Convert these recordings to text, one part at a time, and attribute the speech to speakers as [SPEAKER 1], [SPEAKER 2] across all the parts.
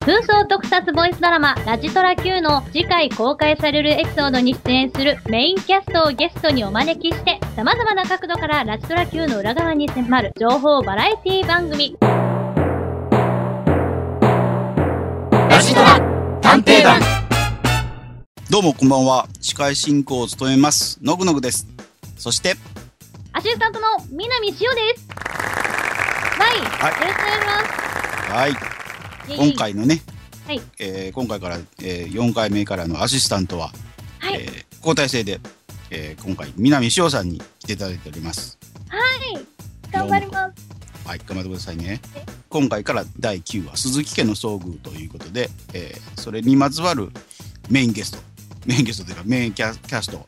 [SPEAKER 1] 空想特撮ボイスドラマ、ラジトラ Q の次回公開されるエピソードに出演するメインキャストをゲストにお招きして、様々な角度からラジトラ Q の裏側に迫る情報バラエティ番組。
[SPEAKER 2] ラジドラ探偵団
[SPEAKER 3] どうもこんばんは。司会進行を務めます、のぐのぐです。そして、
[SPEAKER 1] アシスタントの南しおです。はい、
[SPEAKER 3] はい
[SPEAKER 1] よろしくお願いします
[SPEAKER 3] はい、
[SPEAKER 1] イエイ。
[SPEAKER 3] 今回のね、
[SPEAKER 1] はい
[SPEAKER 3] えー今回から、え4回目からのアシスタントは、
[SPEAKER 1] はい
[SPEAKER 3] えー交代制で、えー今回、南しおさんに来ていただいております。
[SPEAKER 1] 頑張ります。
[SPEAKER 3] はい、頑張ってくださいね
[SPEAKER 1] はい。
[SPEAKER 3] 今回から第9話、鈴木家の遭遇ということで、えーそれにまつわるメインゲスト、メインゲストというかメインキャキャスト、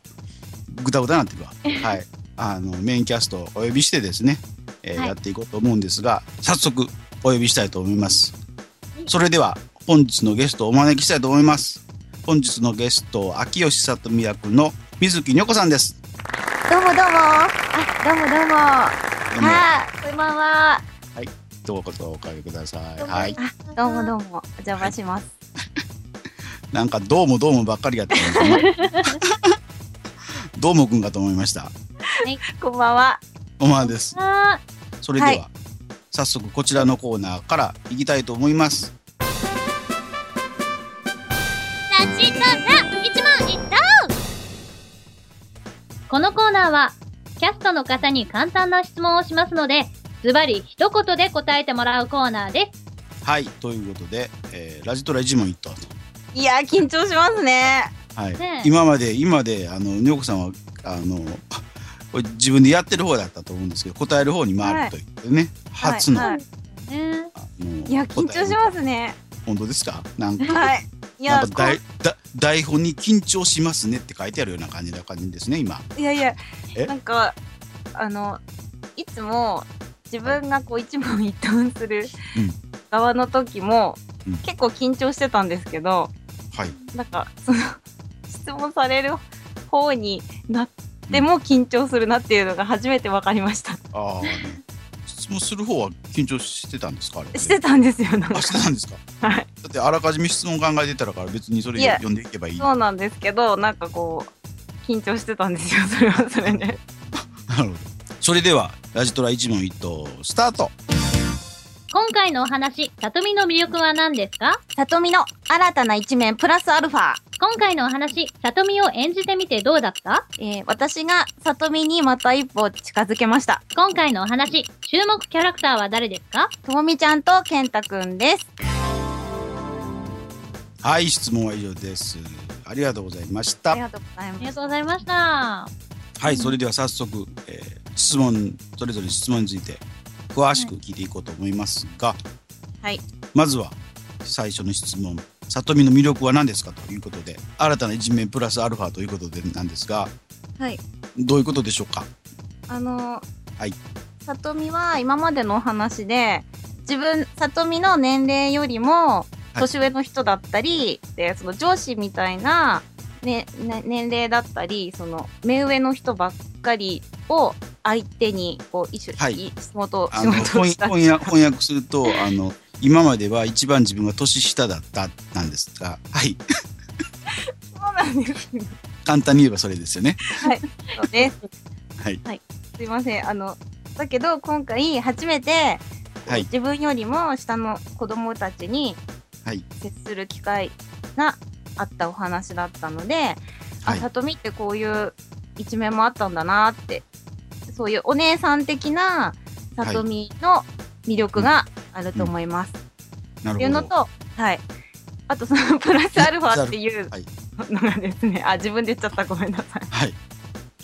[SPEAKER 3] ぐたぐたになってるわ。 はい。あの、メインキャストをお呼びしてですね、えー
[SPEAKER 1] はい
[SPEAKER 3] やっていこうと思うんですが、早速お呼びしたいと思います
[SPEAKER 1] はい。
[SPEAKER 3] それでは、本日のゲストをお招きしたいと思います。本日のゲスト、秋吉里美役の水木にょこさんです。
[SPEAKER 4] どうもどうも。あ、どうもどうも。
[SPEAKER 3] どうも、
[SPEAKER 4] はい、こんばんは。
[SPEAKER 3] どうぞおかけください。はい。
[SPEAKER 4] あ、どうもどうも。お邪魔します。
[SPEAKER 3] なんかどうもどうもばっかりやってますね。 どうもくんかと思いました。
[SPEAKER 4] こんばんは。
[SPEAKER 3] おまです。
[SPEAKER 1] あ
[SPEAKER 3] それでは、
[SPEAKER 4] はい
[SPEAKER 3] 早速こちらのコーナーから行きたいと思います。
[SPEAKER 1] ー、ラジトラ一問一答このコーナーは、キャストの方に簡単な質問をしますので、ズバリ一言で答えてもらうコーナーです。
[SPEAKER 3] はい、ということで、えーラジトラ一問一答と。
[SPEAKER 4] いや、緊張しますね。
[SPEAKER 3] はい。
[SPEAKER 1] ねえ
[SPEAKER 3] 今まで今まであのにょこさんはあのこれ自分でやってる方だったと思うんですけど、答える方に回るというね、
[SPEAKER 4] はい
[SPEAKER 3] 初の、
[SPEAKER 4] はい
[SPEAKER 1] ね
[SPEAKER 3] あの
[SPEAKER 4] いや、緊張し
[SPEAKER 3] す。
[SPEAKER 4] ますね。
[SPEAKER 3] 本当ですか？なんか。
[SPEAKER 4] はい。い
[SPEAKER 3] な
[SPEAKER 4] や
[SPEAKER 3] ん、かだいだ台本に緊張しますねって書いてあるような感じな感じですね今。
[SPEAKER 4] こいやいや
[SPEAKER 3] え、
[SPEAKER 4] なんか、あの、いつも自分がこう一問一答する
[SPEAKER 3] うん
[SPEAKER 4] 側の時も、
[SPEAKER 3] うん
[SPEAKER 4] 結構緊張してたんですけど、
[SPEAKER 3] はい。
[SPEAKER 4] なんか、その、質問される方になっても緊張するなっていうのが初めて分かりました。
[SPEAKER 3] ああ、 ね、質問する方は緊張してたんですかあれ
[SPEAKER 4] してたんですよ、なんか
[SPEAKER 3] あ。してたんですか
[SPEAKER 4] はい
[SPEAKER 3] だってあらかじめ質問考えてたらから別にそれ
[SPEAKER 4] いや
[SPEAKER 3] 読んでいけばいい。な
[SPEAKER 4] そ
[SPEAKER 3] る
[SPEAKER 4] うなんですけど、なんかこう、緊張してたんですよ、それはそれで。
[SPEAKER 3] ほど。それではラジトラ一問一答スタート。
[SPEAKER 1] 今回のお話、里見の魅力は何ですか
[SPEAKER 4] 里見の新たな一面プラスアルファ。
[SPEAKER 1] 今回のお話、里見を演じてみてどうだった
[SPEAKER 4] えー私が里見にまた一歩近づけました。
[SPEAKER 1] 今回のお話、注目キャラクターは誰ですか
[SPEAKER 4] ともみちゃんと健太くんです。
[SPEAKER 3] はい質問は以上です。ありがとうございまし
[SPEAKER 4] あ
[SPEAKER 3] た
[SPEAKER 4] り。がとうござい
[SPEAKER 1] あり
[SPEAKER 4] ま
[SPEAKER 1] が
[SPEAKER 4] す。
[SPEAKER 1] とうございました。
[SPEAKER 3] はいそれでは早速、えー質問それぞれ質問について詳しく聞いていこうと思いますが、
[SPEAKER 4] はい。
[SPEAKER 3] まずは最初の質問。里見の魅力は何ですかということで新たな一面プラスアルファということでなんですが
[SPEAKER 4] はい。
[SPEAKER 3] どういうことでしょうか
[SPEAKER 4] あの
[SPEAKER 3] はい
[SPEAKER 4] 里見は今までのお話で、自分、里見の年齢よりも、
[SPEAKER 3] い
[SPEAKER 4] 年上の人だったり、で、その上司みたいな、ね、ね年齢だったり、その、目上の人ばっかりを相手に、こう、一緒、
[SPEAKER 3] はい
[SPEAKER 4] い、仕事を、
[SPEAKER 3] あ
[SPEAKER 4] 仕
[SPEAKER 3] の
[SPEAKER 4] 事を
[SPEAKER 3] 翻
[SPEAKER 4] した。
[SPEAKER 3] 翻訳翻訳するとあの今までは一番自分が年下だったなんですがはい
[SPEAKER 4] そうなんです。
[SPEAKER 3] 簡単に言えばそれですよね
[SPEAKER 4] そ うです。
[SPEAKER 3] はい
[SPEAKER 4] すいませんあのだけど今回初めて、
[SPEAKER 3] はい
[SPEAKER 4] 自分よりも下の子供たちに
[SPEAKER 3] はい
[SPEAKER 4] 接する機会があったお話だったので、
[SPEAKER 3] は
[SPEAKER 4] あ
[SPEAKER 3] い
[SPEAKER 4] さとみってこういう一面もあったんだなってそういうお姉さん的なさとみの魅力があると思います。
[SPEAKER 3] な
[SPEAKER 4] っていう
[SPEAKER 3] る
[SPEAKER 4] の
[SPEAKER 3] ほど
[SPEAKER 4] と、はい、あとそのプラスアルファっていう
[SPEAKER 3] はい
[SPEAKER 4] のがですね、あ自分で言っちゃったごめんなさい。
[SPEAKER 3] はい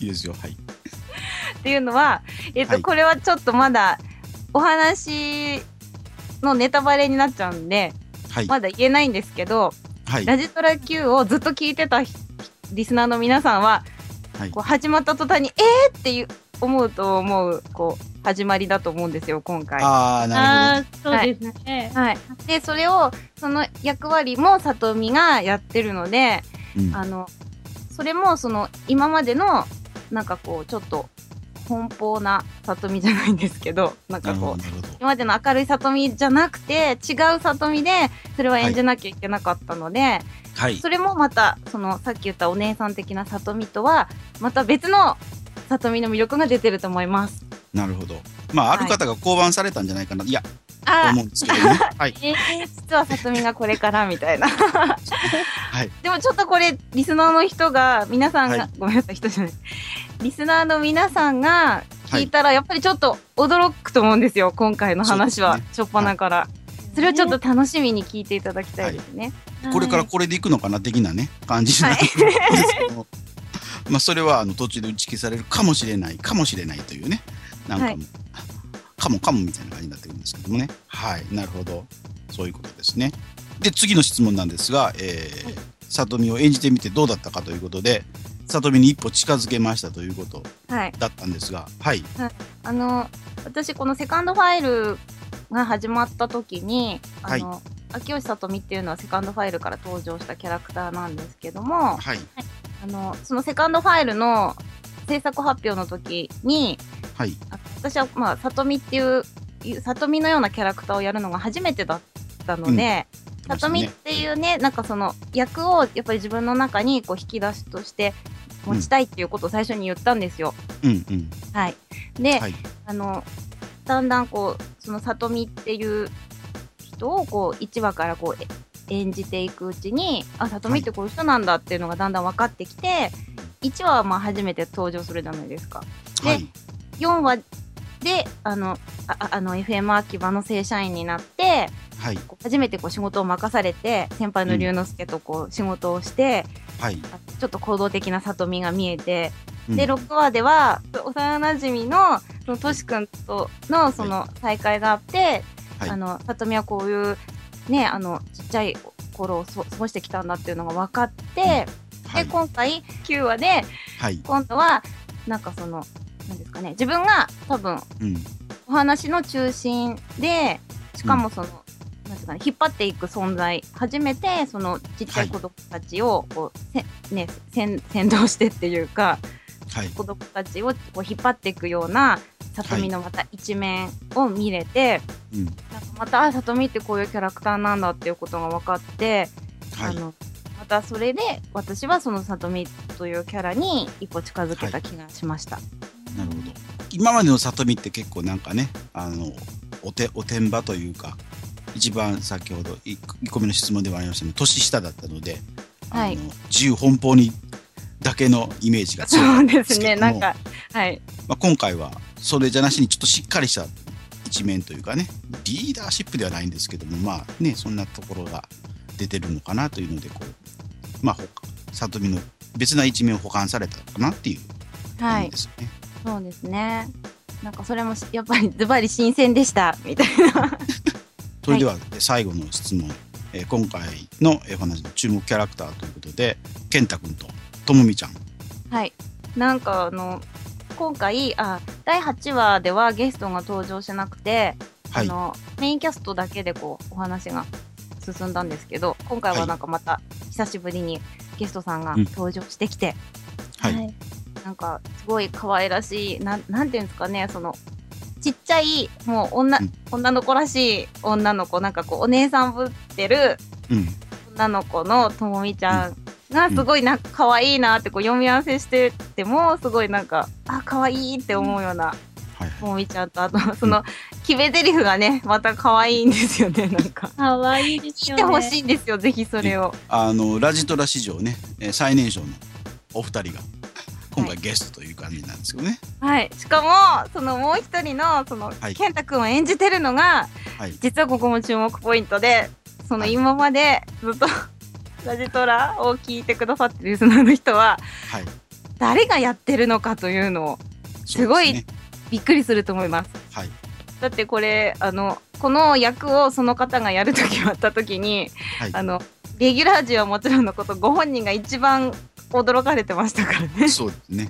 [SPEAKER 3] いいですよはい
[SPEAKER 4] っていうのは、えっと
[SPEAKER 3] はい
[SPEAKER 4] これはちょっとまだお話のネタバレになっちゃうんで
[SPEAKER 3] はい
[SPEAKER 4] まだ言えないんですけど
[SPEAKER 3] は
[SPEAKER 4] 「
[SPEAKER 3] い
[SPEAKER 4] ラジトラ Q」をずっと聞いてたひリスナーの皆さんは、
[SPEAKER 3] はい
[SPEAKER 4] こう始まった途端に「えー!」っていう思うと思うこう始まりだと思うんですよ今回。
[SPEAKER 3] ああなる
[SPEAKER 1] あー、そうですね。
[SPEAKER 4] はい、でそれをその役割も里美がやってるので、
[SPEAKER 3] ほどうん
[SPEAKER 4] あのそれもその今までのなんかこうちょっと奔放な里見じゃないんですけどなん
[SPEAKER 3] な
[SPEAKER 4] か
[SPEAKER 3] るほど
[SPEAKER 4] こう
[SPEAKER 3] なるほど
[SPEAKER 4] 今までの明るい里見じゃなくて違う里見でそれは演じなきゃいけなかったので、
[SPEAKER 3] はい
[SPEAKER 4] それもまたそのさっき言ったお姉さん的な里見とはまた別の里見の魅力が出てると思います。
[SPEAKER 3] なるほどまああ
[SPEAKER 4] はい
[SPEAKER 3] る方が降板されたんじゃないかないやと
[SPEAKER 4] あ
[SPEAKER 3] 思うんですけどねはい
[SPEAKER 1] えー
[SPEAKER 4] 実は里見がこれからみたいな。
[SPEAKER 3] い
[SPEAKER 4] でもちょっとこれリスナーの人が皆さんが、
[SPEAKER 3] はい
[SPEAKER 4] ごめんなさい人じゃないリスナーの皆さんが
[SPEAKER 3] は
[SPEAKER 4] 聞い
[SPEAKER 3] い
[SPEAKER 4] たらやっぱりちょっと驚くと思うんですよ今回の話は、
[SPEAKER 3] そうで
[SPEAKER 4] しょっぱなから、それをちょっと楽しみに聞いていただきたいですね。
[SPEAKER 3] これからこれでいくのかな的なね感じになるんですけど まあそれはあの途中で打ち消されるかもしれないかもしれないというねなんかも、
[SPEAKER 4] はい
[SPEAKER 3] かもかもみたいな感じになってくるんですけどもねはいなるほどそういうことですねで次の質問なんですが、えー
[SPEAKER 4] はい
[SPEAKER 3] 里見を演じてみてどうだったかということで里見に一歩近づけましたということ
[SPEAKER 4] はい
[SPEAKER 3] だったんですがはい
[SPEAKER 4] あの私このセカンドファイルが始まった時にあの、秋吉里美っていうのはセカンドファイルから登場したキャラクターなんですけども
[SPEAKER 3] はい
[SPEAKER 4] あのそのセカンドファイルの制作発表の時に
[SPEAKER 3] はい
[SPEAKER 4] あ私はまあ里美っていう里美のようなキャラクターをやるのが初めてだったので、
[SPEAKER 3] ました
[SPEAKER 4] 里
[SPEAKER 3] ね
[SPEAKER 4] 美っていうねなんかその役をやっぱり自分の中にこう引き出しとして持ちたいっていうことを最初に言ったんですよ。
[SPEAKER 3] うんうん
[SPEAKER 4] はい、で、
[SPEAKER 3] はい
[SPEAKER 4] あのだんだんこうその里見っていう人をこう1話からこうえ演じていくうちにあ里見ってこういう人なんだっていうのがだんだん分かってきて1話はまあ初めて登場するじゃないですかで
[SPEAKER 3] はい
[SPEAKER 4] 4話であのあああの FM 秋葉の正社員になって
[SPEAKER 3] はい
[SPEAKER 4] こう初めてこう仕事を任されて先輩の龍之介とこう仕事をして、
[SPEAKER 3] はい
[SPEAKER 4] あちょっと行動的な里見が見えて
[SPEAKER 3] うん
[SPEAKER 4] で6話では幼馴染のそのとし君とのその再会があって、
[SPEAKER 3] はい
[SPEAKER 4] あの里見はこういうねあのちっちゃい頃をそ過ごしてきたんだっていうのが分かって、
[SPEAKER 3] はい
[SPEAKER 4] で今回9話で
[SPEAKER 3] はい
[SPEAKER 4] 今度はなんかそのなんですかね自分が多分
[SPEAKER 3] うん
[SPEAKER 4] お話の中心でしかもその、なんていうかね、引っ張っていく存在初めてそのちっちゃい子供たちをこう、せね、先先導してっていうか。
[SPEAKER 3] はい
[SPEAKER 4] 子供たちをこう引っ張っていくような里見のまた一面を見れて、
[SPEAKER 3] うん
[SPEAKER 4] なんかまたあ里見ってこういうキャラクターなんだっていうことが分かって、
[SPEAKER 3] はい
[SPEAKER 4] あのまたそれで私はその里見というキャラに一歩近づけた気がしました。
[SPEAKER 3] なるほど。今までの里見って結構なんかね、あの、おて、おてんばというか、一番先ほど1個目の質問でもありましたね、年下だったので、あの、
[SPEAKER 4] はい
[SPEAKER 3] 自由奔放にだけのイメージが強い。
[SPEAKER 4] そうですね
[SPEAKER 3] もう
[SPEAKER 4] なんかはい
[SPEAKER 3] まあ、今回はそれじゃなしにちょっとしっかりした一面というかね、リーダーシップではないんですけども、まあね、そんなところが出てるのかなというので、こう、まあ、ほ里見の別な一面を保管されたかなっていう
[SPEAKER 4] は
[SPEAKER 3] 感じ
[SPEAKER 4] い
[SPEAKER 3] ですよね。
[SPEAKER 4] そうですねなんかそれもしやっぱりズバリ新鮮でしたみたい な
[SPEAKER 3] それではえー最後の質問、えー今回のえーお話の注目キャラクターということで健太君とともみちゃん
[SPEAKER 4] はいなんかあの今回あ第8話ではゲストが登場しなくて
[SPEAKER 3] は
[SPEAKER 4] あ
[SPEAKER 3] い
[SPEAKER 4] のメインキャストだけでこうお話が進んだんですけど今回
[SPEAKER 3] は
[SPEAKER 4] はいなんかまた久しぶりにゲストさんが
[SPEAKER 3] うん
[SPEAKER 4] 登場してきて、
[SPEAKER 3] はい、
[SPEAKER 1] はい
[SPEAKER 4] なんかすごい可愛らしいなんなんていうんですかねそのちっちゃいもう女,、
[SPEAKER 3] うん
[SPEAKER 4] 女の子らしい女の子なんかこうお姉さんぶってる
[SPEAKER 3] うん
[SPEAKER 4] 女の子のともみちゃんがすごいなんか可愛いなってこう読み合わせしててもすごいなんかあ可愛いって思うような
[SPEAKER 3] はい
[SPEAKER 4] ともみちゃんとあと その決め台詞がねまた可愛いんですよねなん か。
[SPEAKER 1] かわいいです
[SPEAKER 4] 来
[SPEAKER 1] よ
[SPEAKER 4] て
[SPEAKER 1] ね。
[SPEAKER 4] ほしいんですよ、ぜひそれを。
[SPEAKER 3] あのラジトラ史上ね、えー最年少のお二人が今
[SPEAKER 4] は
[SPEAKER 3] 回ゲストという感じなんですよね
[SPEAKER 4] はい、しかも、そのもう一人の、その、
[SPEAKER 3] はい
[SPEAKER 4] 健太くんを演じてるのが、
[SPEAKER 3] はい
[SPEAKER 4] 実はここも注目ポイントで、その
[SPEAKER 3] はい
[SPEAKER 4] 今までずっと、 ラジトラを聞いてくださってるリスナーの人は、
[SPEAKER 3] はい
[SPEAKER 4] 誰がやってるのかというのをすごい
[SPEAKER 3] そうですね
[SPEAKER 4] びっくりすると思います。
[SPEAKER 3] はい
[SPEAKER 4] だってこれ、あの、この役をその方がやると決まった時に、
[SPEAKER 3] はい
[SPEAKER 4] あの、レギュラー陣はもちろんのこと、ご本人が一番驚かれてました からね。
[SPEAKER 3] そうですね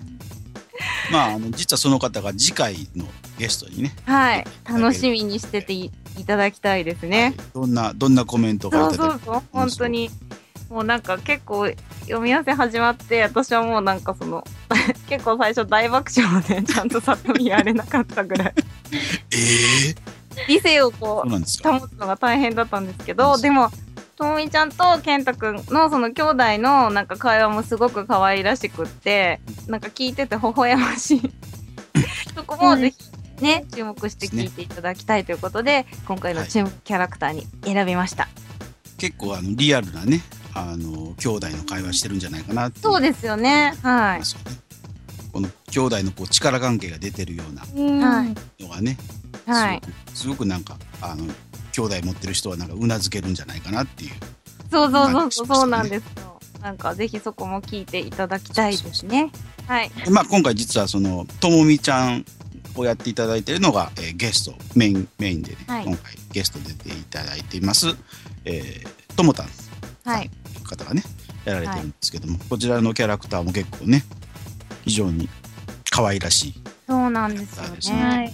[SPEAKER 3] まああの実はその方が次回のゲストにね
[SPEAKER 4] はい、楽しみにしてていいただきたいですね。
[SPEAKER 3] はいどんなどんなコメントがい
[SPEAKER 4] そう
[SPEAKER 3] ただ
[SPEAKER 4] そ
[SPEAKER 3] いう
[SPEAKER 4] そう、本当に。もうなんか結構読み合わせ始まって私はもうなんかその 結構最初大爆笑でちゃんと里見やれなかったぐらい
[SPEAKER 3] ええ
[SPEAKER 4] 理性をこ
[SPEAKER 3] そうなんです
[SPEAKER 4] う
[SPEAKER 3] よ。
[SPEAKER 4] 保つのが大変だったんですけどでもともみちゃんと健太くんのその兄弟のなんか会話もすごく可愛らしくってなんか聞いてて微笑まし いそこもぜひね注目して聞いていただきたいということで今回の注目キャラクターに選びました、
[SPEAKER 3] 結構あのリアルなね、あの兄弟の会話してるんじゃないかなってい
[SPEAKER 4] そうですよねはい
[SPEAKER 3] ますよね。この兄弟のこう力関係が出てるような
[SPEAKER 4] はい
[SPEAKER 3] のがね、
[SPEAKER 4] は
[SPEAKER 3] す
[SPEAKER 4] い
[SPEAKER 3] ごくすごくなんかあの兄弟持ってる人はなんかうなずけるんじゃないかなっていう。
[SPEAKER 4] そうそうそうそう、
[SPEAKER 3] まあ
[SPEAKER 4] そうなんですよ。なんかぜひそこも聞いていただきたいですね。はい。
[SPEAKER 3] でまあ今回実はそのともみちゃんをやっていただいてるのが、えーゲストメインメインでね、
[SPEAKER 4] はい
[SPEAKER 3] 今回ゲスト出ていただいています。えーともたん
[SPEAKER 4] はい。
[SPEAKER 3] 方がねやられてるんですけども、こちらのキャラクターも結構ね非常に可愛らしい
[SPEAKER 4] そうなんですよ
[SPEAKER 3] そうです
[SPEAKER 4] ね。
[SPEAKER 1] はい。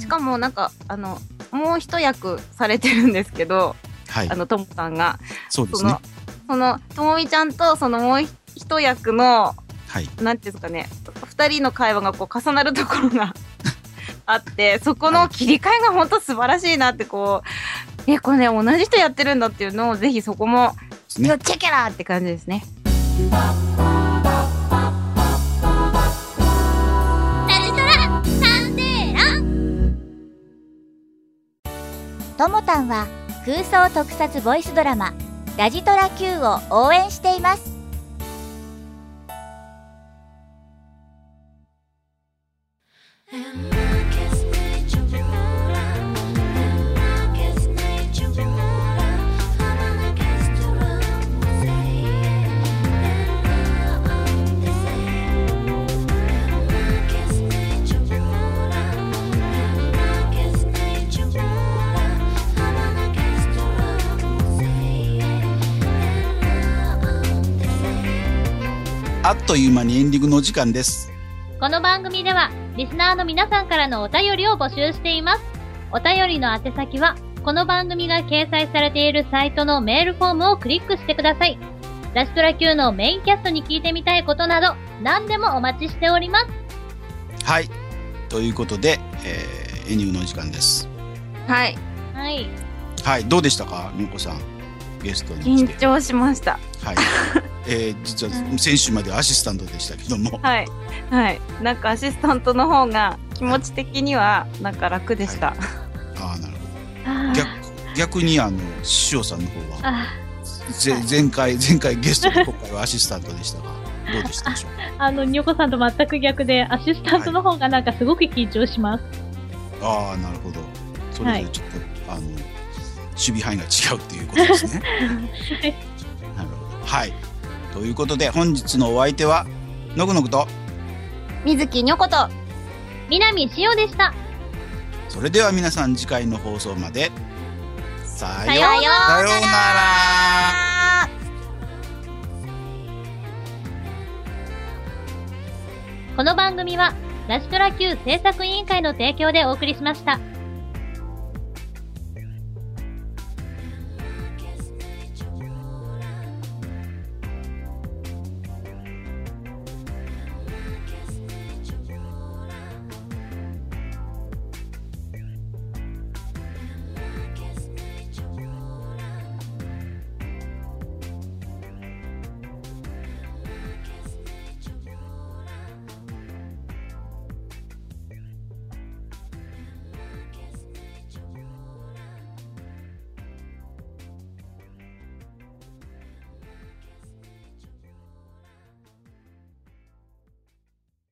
[SPEAKER 4] しかもなんか、あの、もう一役されてるんですけど、
[SPEAKER 3] はい
[SPEAKER 4] あの、ともさんが。
[SPEAKER 3] そうで
[SPEAKER 4] そ
[SPEAKER 3] すね
[SPEAKER 4] の、その、ともみちゃんと、そのもう一役の、
[SPEAKER 3] はい
[SPEAKER 4] なんていうんですかね、二人の会話がこう重なるところが あって、そこの切り替えが本当素晴らしいなって、こう、え、これね、同じ人やってるんだっていうのを、ぜひそこも、
[SPEAKER 3] すね
[SPEAKER 4] よっちゃけらって感じですね。
[SPEAKER 5] ともたんは空想特撮ボイスドラマ「ラジトラ Q」を応援しています
[SPEAKER 3] あっという間にエンディングのお時間です
[SPEAKER 1] この番組では、リスナーの皆さんからのお便りを募集しています。お便りの宛先は、この番組が掲載されているサイトのメールフォームをクリックしてください。ラストラ Q のメインキャストに聞いてみたいことなど、何でもお待ちしております。
[SPEAKER 3] はいということで、えーエンディングのお時間です
[SPEAKER 4] はい。
[SPEAKER 1] はい。
[SPEAKER 3] はいどうでしたかみこさんゲストに来
[SPEAKER 4] 緊
[SPEAKER 3] て
[SPEAKER 4] 張しました。
[SPEAKER 3] はい、えー実は先週までアシスタントでしたけども
[SPEAKER 4] はい。はい。なんかアシスタントの方が気持ち的にはなんか楽でした。
[SPEAKER 3] ああなるほ
[SPEAKER 1] あ
[SPEAKER 3] ど逆逆にあの師匠さんの方は
[SPEAKER 1] あ
[SPEAKER 3] ぜ前回前回ゲストで今回はアシスタントでしたがどうでしたでしょうか
[SPEAKER 1] あの、にょこさんと全く逆で、アシスタントの方がなんかすごく緊張します。
[SPEAKER 3] ああなるほどそれぞれちょっと、あの守備範囲が違うっていうことですね
[SPEAKER 1] はい
[SPEAKER 3] なるほどはいということで本日のお相手はのぐのぐと
[SPEAKER 4] 水木にょこと。
[SPEAKER 1] 南しおでした。
[SPEAKER 3] それでは皆さん次回の放送までさよう
[SPEAKER 1] さよう
[SPEAKER 3] さようなら
[SPEAKER 1] この番組は、ラジトラ Q 制作委員会の提供でお送りしました。